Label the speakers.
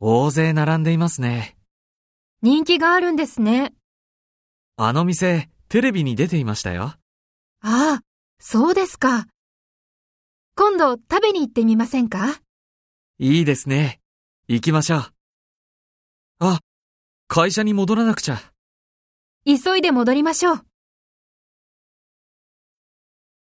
Speaker 1: 大勢並んでいますね。
Speaker 2: 人気があるんですね。
Speaker 1: あの店、テレビに出ていましたよ。
Speaker 2: ああ、そうですか。今度食べに行ってみませんか
Speaker 1: いいですね。行きましょう。あ、会社に戻らなくちゃ。
Speaker 2: 急いで戻りましょう。